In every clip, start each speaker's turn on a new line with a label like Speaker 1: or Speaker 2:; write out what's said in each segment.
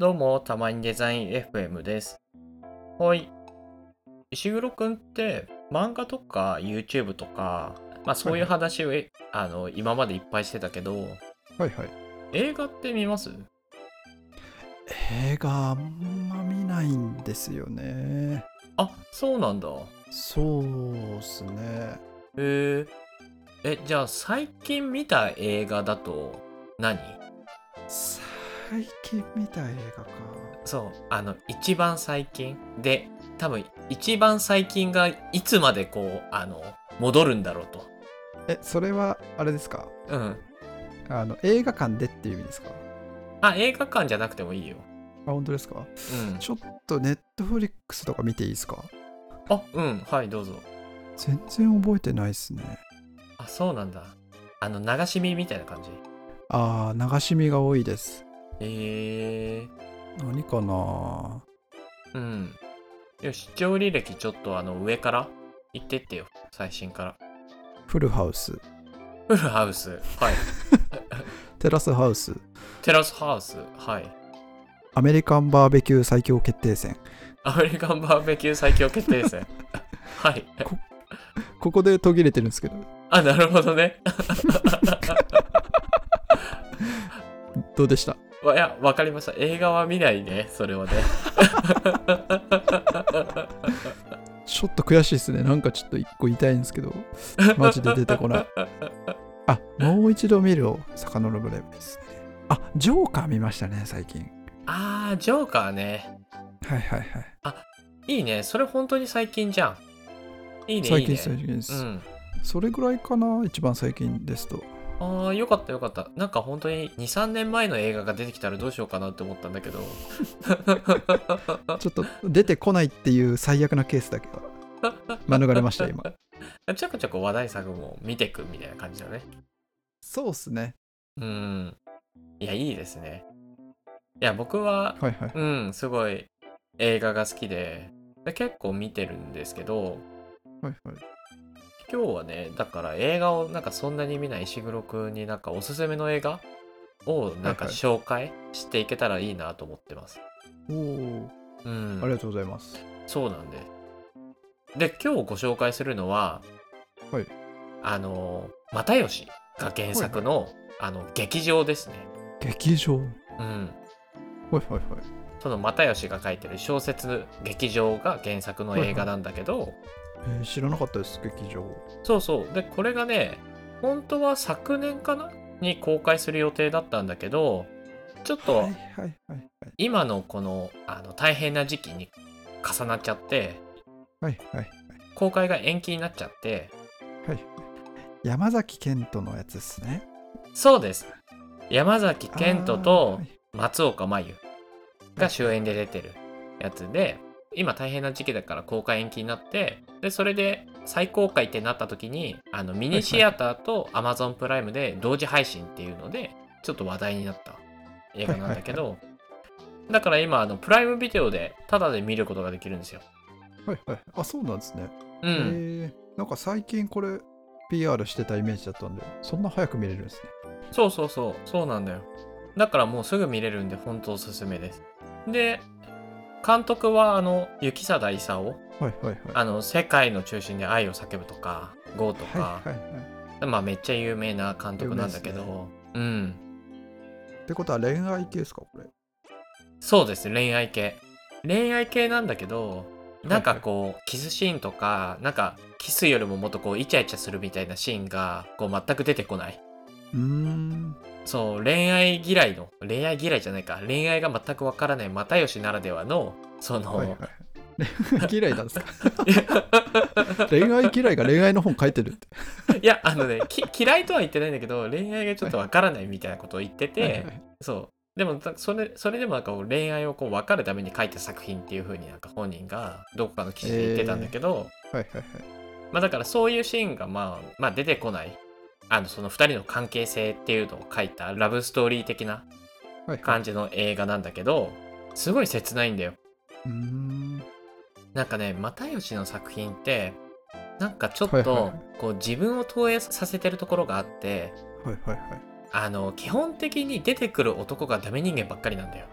Speaker 1: うもたまにデザイン FM です。はい。石黒くんって漫画とか YouTube とか、まあそういう話を、えあの今までいっぱいしてたけど、
Speaker 2: はいはい。
Speaker 1: 映画って見ます
Speaker 2: 映画あんま見ないんですよね。
Speaker 1: あ、そうなんだ。
Speaker 2: そうですね。
Speaker 1: へえ。え、じゃあ最近見た映画だと何
Speaker 2: 最近見た映画か。
Speaker 1: そう、あの、一番最近で、多分一番最近がいつまでこう、あの、戻るんだろうと。
Speaker 2: え、それはあれですか
Speaker 1: うん。
Speaker 2: あの映画館でっていう意味ですか
Speaker 1: あ、映画館じゃなくてもいいよ。
Speaker 2: あ、本当ですか
Speaker 1: うん。
Speaker 2: ちょっとネットフリックスとか見ていいですか
Speaker 1: あ、うん、はい、どうぞ。
Speaker 2: 全然覚えてないですね。
Speaker 1: あ、そうなんだ。あの、流し見みたいな感じ。
Speaker 2: あー、流し見が多いです。
Speaker 1: へえ。
Speaker 2: 何かな
Speaker 1: うん。よし、視聴履歴ちょっとあの、上から行ってってよ。最新から。
Speaker 2: フルハウス、
Speaker 1: フルハウス。はい。
Speaker 2: テラスハウス、
Speaker 1: テラスハウス。はい。
Speaker 2: アメリカンバーベキュー最強決定戦。
Speaker 1: アメリカンバーベキュー最強決定戦。 はい。
Speaker 2: ここで途切れてるんですけど、
Speaker 1: あ、なるほどね。
Speaker 2: どうでした
Speaker 1: わいや、わかりました。映画は見ないね、それはね。
Speaker 2: ちょっと悔しいですね。なんかちょっと一個言いたいんです けど、マジで出てこない。あ、もう一度見るを遡ればいいですね。あ、ジョーカー見ましたね、最近。
Speaker 1: あー、ジョーカーね。
Speaker 2: はいはいはい。
Speaker 1: いいね。それ本当に最近じゃん。いいね、
Speaker 2: 最
Speaker 1: いいね。
Speaker 2: 近最近です、
Speaker 1: うん。
Speaker 2: それぐらいかな、一番最近ですと。
Speaker 1: ああ、よかったよかった。なんか本当に2、3年前の映画が出てきたらどうしようかなって思ったんだけど。
Speaker 2: ちょっと出てこないっていう最悪なケースだけは免れました、今。
Speaker 1: ちょこちょこ話題作も見てくみたいな感じだね。
Speaker 2: そうっすね。
Speaker 1: うん。いや、いいですね。いや、僕は、
Speaker 2: はいはい。
Speaker 1: うん、すごい映画が好きで、で結構見てるんですけど、
Speaker 2: はいはい、
Speaker 1: 今日はね、だから映画をなんかそんなに見ない石黒くんになんかおすすめの映画をなんか
Speaker 2: はいはい
Speaker 1: 紹介していけたらいいなと思ってます。
Speaker 2: おお、
Speaker 1: うん。
Speaker 2: ありがとうございます。
Speaker 1: そうなんで。で、今日ご紹介するのは、
Speaker 2: はい
Speaker 1: あの、又吉が原作の、あの、劇場ですね。
Speaker 2: 劇場。は
Speaker 1: う
Speaker 2: い
Speaker 1: ん。
Speaker 2: はいはい。
Speaker 1: その又吉が書いてる小説「劇場」が原作の映画なんだけど、
Speaker 2: えー知らなかったです、劇場。
Speaker 1: そうそうでこれがね本当は昨年かなに公開する予定だったんだけどちょっ
Speaker 2: は
Speaker 1: と
Speaker 2: いはいはいはい。
Speaker 1: 今のこのあの大変な時期に重なっちゃって
Speaker 2: はいはい。
Speaker 1: 公開が延期になっちゃって
Speaker 2: 山崎賢人のやつですね。
Speaker 1: そうです山崎賢人と
Speaker 2: あー
Speaker 1: 松岡真優が主演で出てるやつで今大変な時期だから公開延期になってでそれで再公開ってなった時にあのミニシアターと Amazon プライムで同時配信っていうのでちょっと話題になった映画なんだけどだから今あのプライムビデオでタダで見ることができるんですよ。
Speaker 2: はいはいはい。あ、そうなんですね。
Speaker 1: うん、
Speaker 2: えー、なんか最近これ PR してたイメージだったんで、そんな早く見れるんですね。
Speaker 1: そうそうそうそうなんだよだからもうすぐ見れるんで本当おすすめですで監督はあの雪貞勲
Speaker 2: はいはいはい。
Speaker 1: あの世界の中心で愛を叫ぶとか GO とか、
Speaker 2: はいはいはい。
Speaker 1: まあめっちゃ有名な監督なんだけど、
Speaker 2: 有
Speaker 1: うん
Speaker 2: ってことは恋愛系ですか、これ。
Speaker 1: そうです恋愛系恋愛系なんだけどなんかこうキスシーンとかなんかキスよりももっとこうイチャイチャするみたいなシーンがこう全く出てこないう
Speaker 2: ーん。
Speaker 1: そう恋愛嫌いの恋愛嫌いじゃないか恋愛が全くわからない又吉ならではのその、
Speaker 2: はいはい。 恋愛嫌いなんですか 恋愛嫌いが恋愛の本書いてるって。
Speaker 1: いやあのねき 嫌いとは言ってないんだけど恋愛がちょっとわからないみたいなことを言ってて、
Speaker 2: はいはい
Speaker 1: そう。でもたそれそれでもなんかこう恋愛をこう分かるために書いた作品っていう風になんか本人がどこかの記事で言ってたんだけど、
Speaker 2: はいはいはい。
Speaker 1: まあだからそういうシーンがまあ、まあ、出てこないあのその2人の関係性っていうのを書いたラブストーリー的な
Speaker 2: はいはい、
Speaker 1: 感じの映画なんだけどすごい切ないんだよ。
Speaker 2: うーん。
Speaker 1: なんかね又吉の作品ってなんかちょっ
Speaker 2: はいはいは
Speaker 1: と
Speaker 2: い
Speaker 1: こう自分を投影させてるところがあって
Speaker 2: はいはいはい。
Speaker 1: あの基本的に出てくる男がダメ人間ばっかりなんだよ。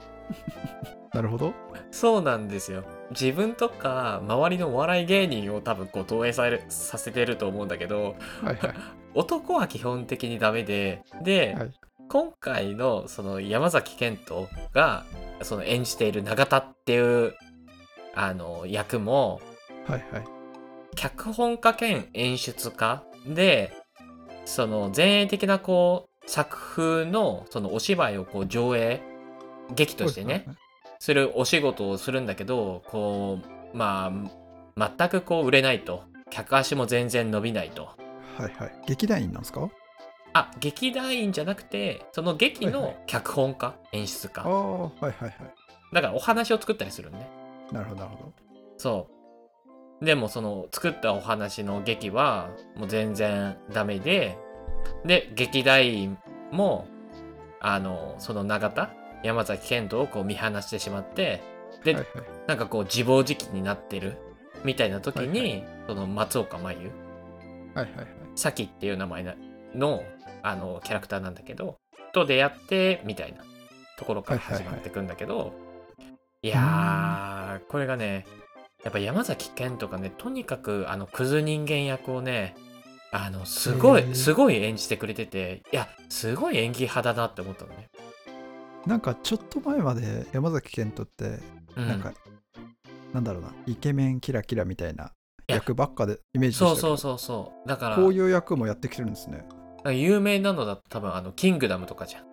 Speaker 2: なるほど。
Speaker 1: そうなんですよ自分とか周りのお笑い芸人を多分こう投影されさせてると思うんだけど
Speaker 2: はいはい。
Speaker 1: 男は基本的にダメでで、
Speaker 2: はい
Speaker 1: 今回のその山崎賢人がその演じている永田っていうあの役も
Speaker 2: はいはい。
Speaker 1: 脚本家兼演出家でその前衛的なこう作風のそのお芝居をこう上映劇としてねするお仕事をするんだけどこうまあ全くこう売れないと客足も全然伸びないと
Speaker 2: はいはい。劇団員なんですか
Speaker 1: あ劇団員じゃなくてその劇
Speaker 2: はい
Speaker 1: の脚本家演出
Speaker 2: あ
Speaker 1: 家
Speaker 2: あ、はいはいはい。
Speaker 1: だからお話を作ったりするのね
Speaker 2: なるほどなるほ
Speaker 1: そうでもその作ったお話の劇はもう全然ダメでで劇団員もあのその永田山崎賢人をこう見放してしまって
Speaker 2: ど。
Speaker 1: で
Speaker 2: はい
Speaker 1: なんかこう自暴自棄になってるみたいな時に、
Speaker 2: はい
Speaker 1: その松岡真優
Speaker 2: はい。はいはいはい。
Speaker 1: さきっていう名前なのあのキャラクターなんだけどと出会ってみたいなところから
Speaker 2: はいはい
Speaker 1: 始
Speaker 2: はい
Speaker 1: まっていくんだけど、いやーこれがねやっぱ山崎賢とかねとにかくあのクズ人間役をねあのすご
Speaker 2: へー
Speaker 1: いすごい演じてくれてていやすごい演技派だなって思ったのね。
Speaker 2: なんかちょっと前まで山崎賢人って、
Speaker 1: う
Speaker 2: なんか、なんだろうな、イケメンキラキラみたいな役ばっかでイメージして
Speaker 1: そ
Speaker 2: た
Speaker 1: う
Speaker 2: け
Speaker 1: そ
Speaker 2: ど
Speaker 1: うそうそうだから
Speaker 2: こういう役もやってきてるんですね。
Speaker 1: なんか有名なのだと多分あの「キングダム」とかじゃん。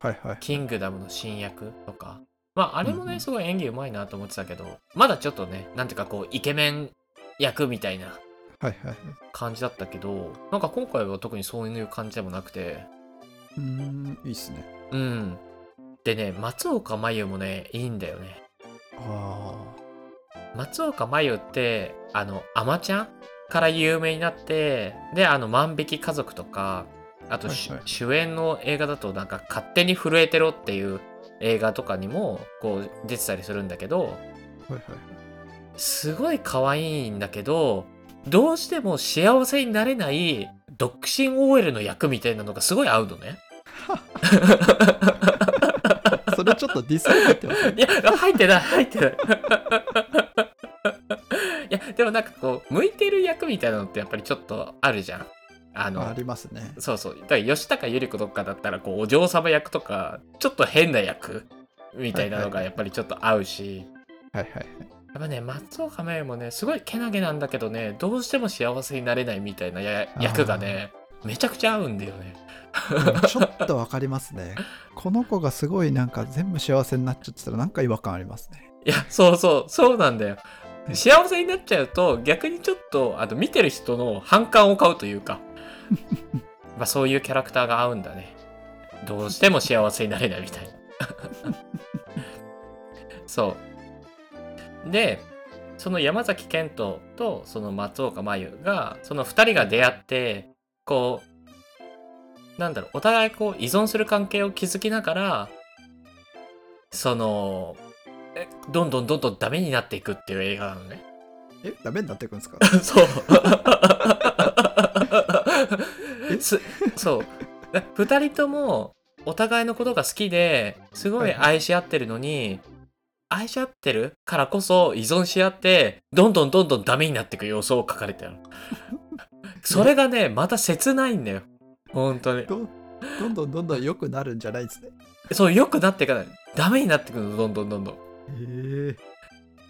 Speaker 2: はいはい。
Speaker 1: キングダムの新役とか、まあ、あれも
Speaker 2: うんう
Speaker 1: ね、
Speaker 2: ん
Speaker 1: すごい演技うまいなと思ってたけど、まだちょっとね、なんていうかこう、イケメン役みたいな
Speaker 2: はいはいはい。
Speaker 1: 感じだったけど、なんか今回は特にそういう感じでもなくて、
Speaker 2: うーん、いいっすね。
Speaker 1: うん。でね、松岡真優もね、いいんだよね。
Speaker 2: あ
Speaker 1: 松岡真優って、あの、アマちゃんから有名になって、で、あの、万引き家族とか、あとし、
Speaker 2: はいはい
Speaker 1: 主演の映画だと、なんか、勝手に震えてろっていう映画とかにも、こう、出てたりするんだけど、
Speaker 2: あ、はいはい。
Speaker 1: すごい可愛いんだけどどうしても幸せになれない独身 OL の役みたいなのがすごい合うのね。
Speaker 2: それちょっとディスられてます ね。
Speaker 1: いや入ってない入ってない。いやでもなんかこう向いてる役みたいなのってやっぱりちょっとあるじゃん。あの
Speaker 2: あありますね。
Speaker 1: そうそうだから吉高由里子とかだったらこうお嬢様役とかちょっと変な役みたいなのがやっぱりちょっと合うし。
Speaker 2: はいはいはい。
Speaker 1: やっぱね、松岡茉優もね、すごいけなげなんだけどね、どうしても幸せになれないみたいなや
Speaker 2: あー
Speaker 1: 役がね、めちゃくちゃ合うんだよね。
Speaker 2: うんちょっとわかりますね。この子がすごいなんか全部幸せになっちゃってたらなんか違和感ありますね。
Speaker 1: いや、そうそう、そうなんだよ。
Speaker 2: うん
Speaker 1: 幸せになっちゃうと、逆にちょっと、あの、見てる人の反感を買うというか、まあそういうキャラクターが合うんだね。どうしても幸せになれないみたいな。そう。で、その山崎賢人とその松岡真優が、その2人が出会って、こう、なんだろう、お互いこう依存する関係を築きながら、その、えどんどんどんどんダメになっていくっていう映画なのね。
Speaker 2: え、ダメになっていくんですか
Speaker 1: そう。 すそう。だ二人ともお互いのことが好きですごい愛し合ってるのに、愛し合ってるからこそ依存し合って、どんどんどんどんダメになっていく様子を書かれて る。それがね、また切ないんだよ。本当に。
Speaker 2: どどんどんどんどん良くなるんじゃないんですね。
Speaker 1: そう、良くなっていかない。ダメになっていくの、どんどんどんどん。
Speaker 2: へえ、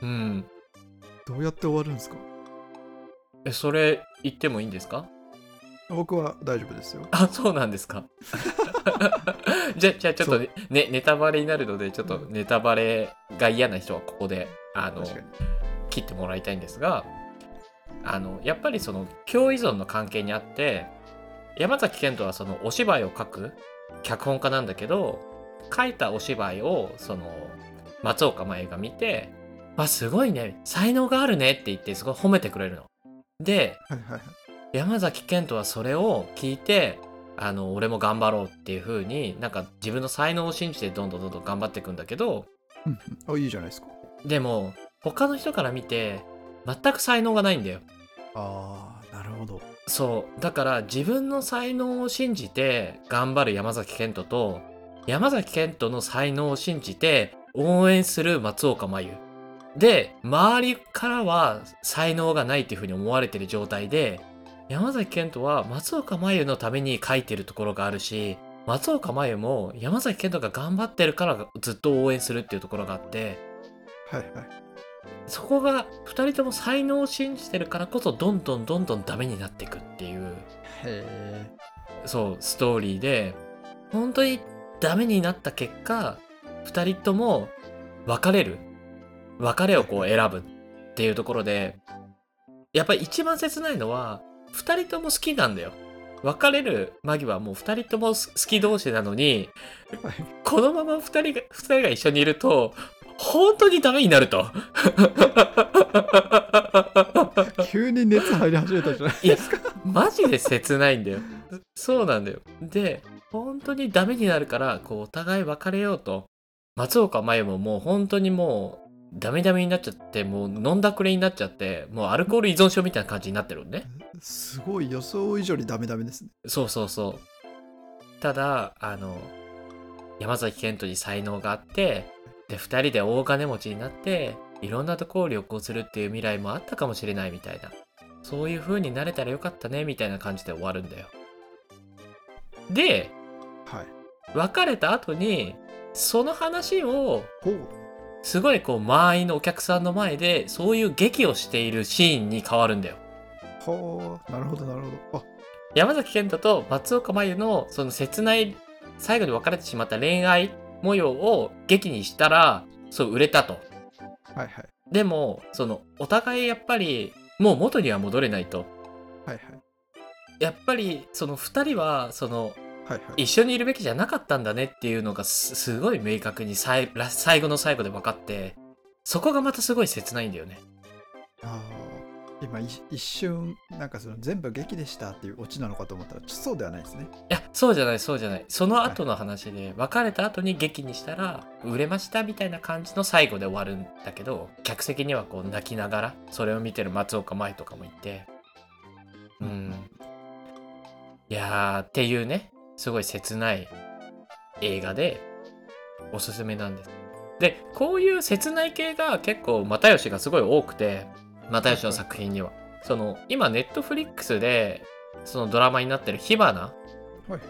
Speaker 1: うん。
Speaker 2: どうやって終わるんですか
Speaker 1: え、それ言ってもいいんですか
Speaker 2: 僕は大丈夫ですよ。
Speaker 1: あ、そうなんですか。じゃ、じゃあちょっとねね、ネタバレになるので、ちょっと
Speaker 2: うん
Speaker 1: ネタバレが嫌な人はここで、あの、
Speaker 2: 確かに。
Speaker 1: 切ってもらいたいんですが、あの、やっぱりその、共依存の関係にあって、山崎賢人はそのお芝居を書く脚本家なんだけど、書いたお芝居を、その、松岡真優が見て、あ、すごいね、才能があるねって言って、すごい褒めてくれるの。で、
Speaker 2: はいはいはい。
Speaker 1: 山崎賢人はそれを聞いてあの俺も頑張ろうっていう風になんか自分の才能を信じてどんどんどんどん頑張っていくんだけど
Speaker 2: うんうんあ、いいじゃないですか。
Speaker 1: でも他の人から見て全く才能がないんだよ
Speaker 2: ああ、なるほど。
Speaker 1: そうだから自分の才能を信じて頑張る山崎賢人と山崎賢人の才能を信じて応援する松岡真優で周りからは才能がないっていうふうに思われてる状態で山崎賢人は松岡真優のために書いてるところがあるし松岡真優も山崎賢人が頑張ってるからずっと応援するっていうところがあって
Speaker 2: はいはい。
Speaker 1: そこが2人とも才能を信じてるからこそどんどんどんどんダメになっていくっていう
Speaker 2: へ
Speaker 1: そうストーリーで本当にダメになった結果2人とも別れる別れをこう選ぶっていうところでやっぱり一番切ないのは2人とも好きなんだよ別れる間際もう2人とも好き同士なのに
Speaker 2: え。はい
Speaker 1: このまま2人が二人が一緒にいると本当にダメになると
Speaker 2: 急に熱入り始めた じゃない
Speaker 1: いやマジで切ないんだよそうなんだよで本当にダメになるからこうお互い別れようと松岡真由ももう本当にもうダメダメになっちゃってもう飲んだくれになっちゃってもうアルコール依存症みたいな感じになってるのね
Speaker 2: すごい予想以上にダメダメですね。
Speaker 1: そうそうそうただあの山崎賢人に才能があってで2人で大金持ちになっていろんなところを旅行するっていう未来もあったかもしれないみたいなそういう風になれたらよかったねみたいな感じで終わるんだよで
Speaker 2: はい。
Speaker 1: 別れた後にその話を
Speaker 2: ほう。
Speaker 1: すごいこう満員のお客さんの前でそういう劇をしているシーンに変わるんだよ
Speaker 2: ほう。なるほど、なるほど。
Speaker 1: 山崎賢人と松岡真優のその切ない最後に別れてしまった恋愛模様を劇にしたらそう売れたと
Speaker 2: あ、はいはい。
Speaker 1: でもそのお互いやっぱりもう元には戻れないと
Speaker 2: はいはい。
Speaker 1: やっぱりその2人はその
Speaker 2: はいはい。
Speaker 1: 一緒にいるべきじゃなかったんだねっていうのがすすごい明確にさいら最後の最後で分かってそこがまたすごい切ないんだよね
Speaker 2: あー今い一瞬、なんかその全部劇でしたっていうオチなのかと思ったら、ちょそうではないですね。
Speaker 1: いやそうじゃないそうじゃないその後の話で別れた後に劇にしたら売れましたみたいな感じの最後で終わるんだけど客席にはこう泣きながらそれを見てる松岡舞とかもいてうんいやーっていうねすごい切ない映画でおすすめなんですでこういう切ない系が結構又吉がすごい多くて又吉の作品にはその今ネットフリックスでそのドラマになってる「火花」
Speaker 2: はいはいはい。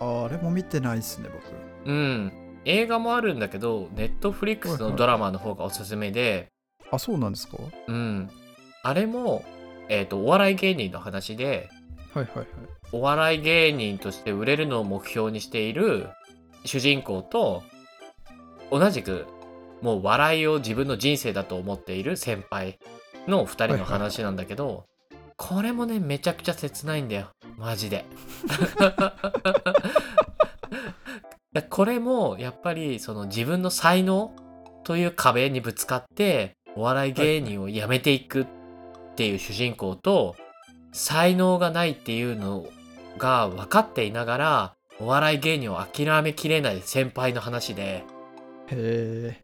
Speaker 2: あーあれも見てないですね、僕。
Speaker 1: うん映画もあるんだけどネットフリックスのドラマの方がおすすめで、
Speaker 2: あ、そうなんですかは
Speaker 1: うんあれも、えー、とお笑い芸人の話で
Speaker 2: いはいはい。
Speaker 1: お笑い芸人として売れるのを目標にしている主人公と同じくもう笑いを自分の人生だと思っている先輩の2人の話なんだけど、これもねめちゃくちゃ切ないんだよマジで。 だこれもやっぱりその自分の才能という壁にぶつかってお笑い芸人を辞めていくっていう主人公と才能がないっていうのが分かっていながらお笑い芸人を諦めきれない先輩の話で
Speaker 2: へえ。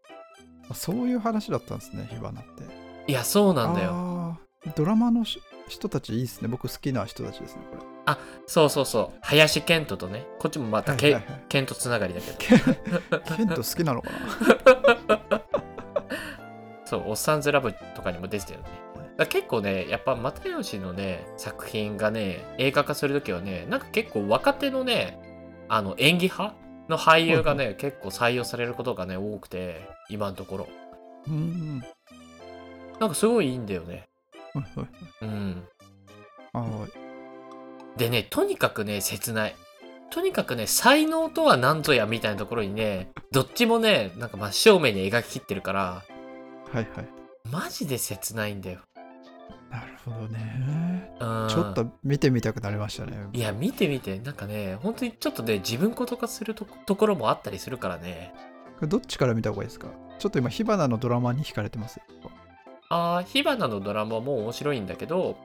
Speaker 2: あそういう話だったんですね、火花って。
Speaker 1: いやそうなんだよ
Speaker 2: あードラマのし人たちいいですね。僕好きな人たちですね、これ。
Speaker 1: そうそうそう林健人とねこっちもまたけ、
Speaker 2: はいはいはい
Speaker 1: 健人つながりだけど
Speaker 2: ケント好きなのかな
Speaker 1: そう「おっさんずラブ」とかにも出てたよねだから結構ねやっぱ又吉のね作品がね映画化する時はねなんか結構若手のねあの演技派の俳優がね結構採用されることがね多くて今のところ
Speaker 2: うんうん。
Speaker 1: なんかすごいいいんだよね
Speaker 2: はいはい。
Speaker 1: うん
Speaker 2: あー
Speaker 1: でねとにかくね切ないとにかくね才能とは何ぞやみたいなところにねどっちもねなんか真正面に描ききってるから
Speaker 2: はいはい。
Speaker 1: マジで切ないんだよ
Speaker 2: なるほどね。
Speaker 1: うん
Speaker 2: ちょっと見てみたくなりましたね。
Speaker 1: いや見て見てなんかね本当にちょっとね自分事化するとところもあったりするからね
Speaker 2: これどっちから見た方がいいですかちょっと今、火花のドラマに惹かれてます。
Speaker 1: あー火花のドラマも面白いんだけど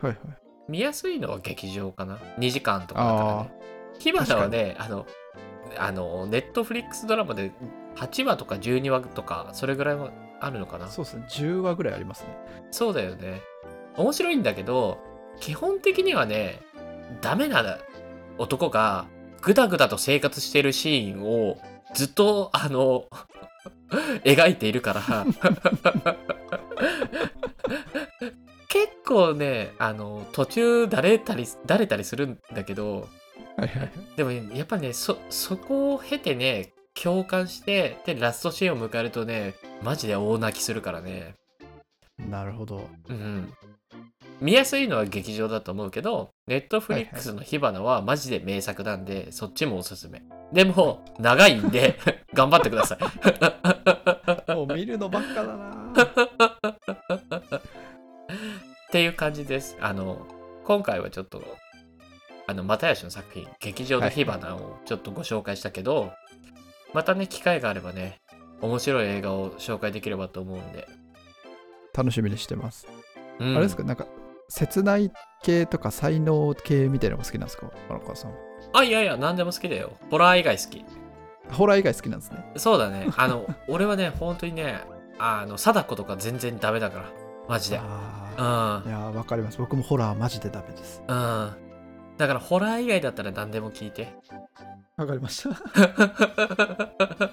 Speaker 2: はいはい。
Speaker 1: 見やすいのは劇場かな2時間とかだからね火花はねあのあのネットフリックスドラマで8話とか12話とかそれぐらいはあるのかな
Speaker 2: そうですね。10話ぐらいありますね。
Speaker 1: そうだよね。面白いんだけど、基本的にはね、ダメな男がぐだぐだと生活してるシーンをずっと、あの、 描いているから 結構ねあの途中だれたりだれたりするんだけど
Speaker 2: はいはい
Speaker 1: でもねやっぱねそそこを経てね共感してでラストシーンを迎えるとねマジで大泣きするからね
Speaker 2: なるほど
Speaker 1: うん見やすいのは劇場だと思うけど、ネットフリックスの火花はマジで名作なんで、そっちもおすすめ。でも、長いんで、 頑張ってください。
Speaker 2: もう見るのばっかだ な
Speaker 1: っていう感じです。あの、今回はちょっと、あの、又吉の作品、劇場の火花をちょっとご紹介したけど、またね、機会があればね、面白い映画を紹介できればと思うんで。
Speaker 2: 楽しみにしてます、
Speaker 1: うん
Speaker 2: あれですかなんか切ない系とか才能系みたいなのが好きなんですか荒川さんは
Speaker 1: あ、いやいや、何でも好きだよ。ホラー以外好き。
Speaker 2: ホラー以外好きなんですね
Speaker 1: そうだね。あの、 俺はね、本当にね、あの、貞子とか全然ダメだから。マジで。
Speaker 2: あ
Speaker 1: うん。
Speaker 2: ーいやーわかります僕もホラーマジでダメです
Speaker 1: うん。だから、ホラー以外だったら何でも聞いて。
Speaker 2: わかりました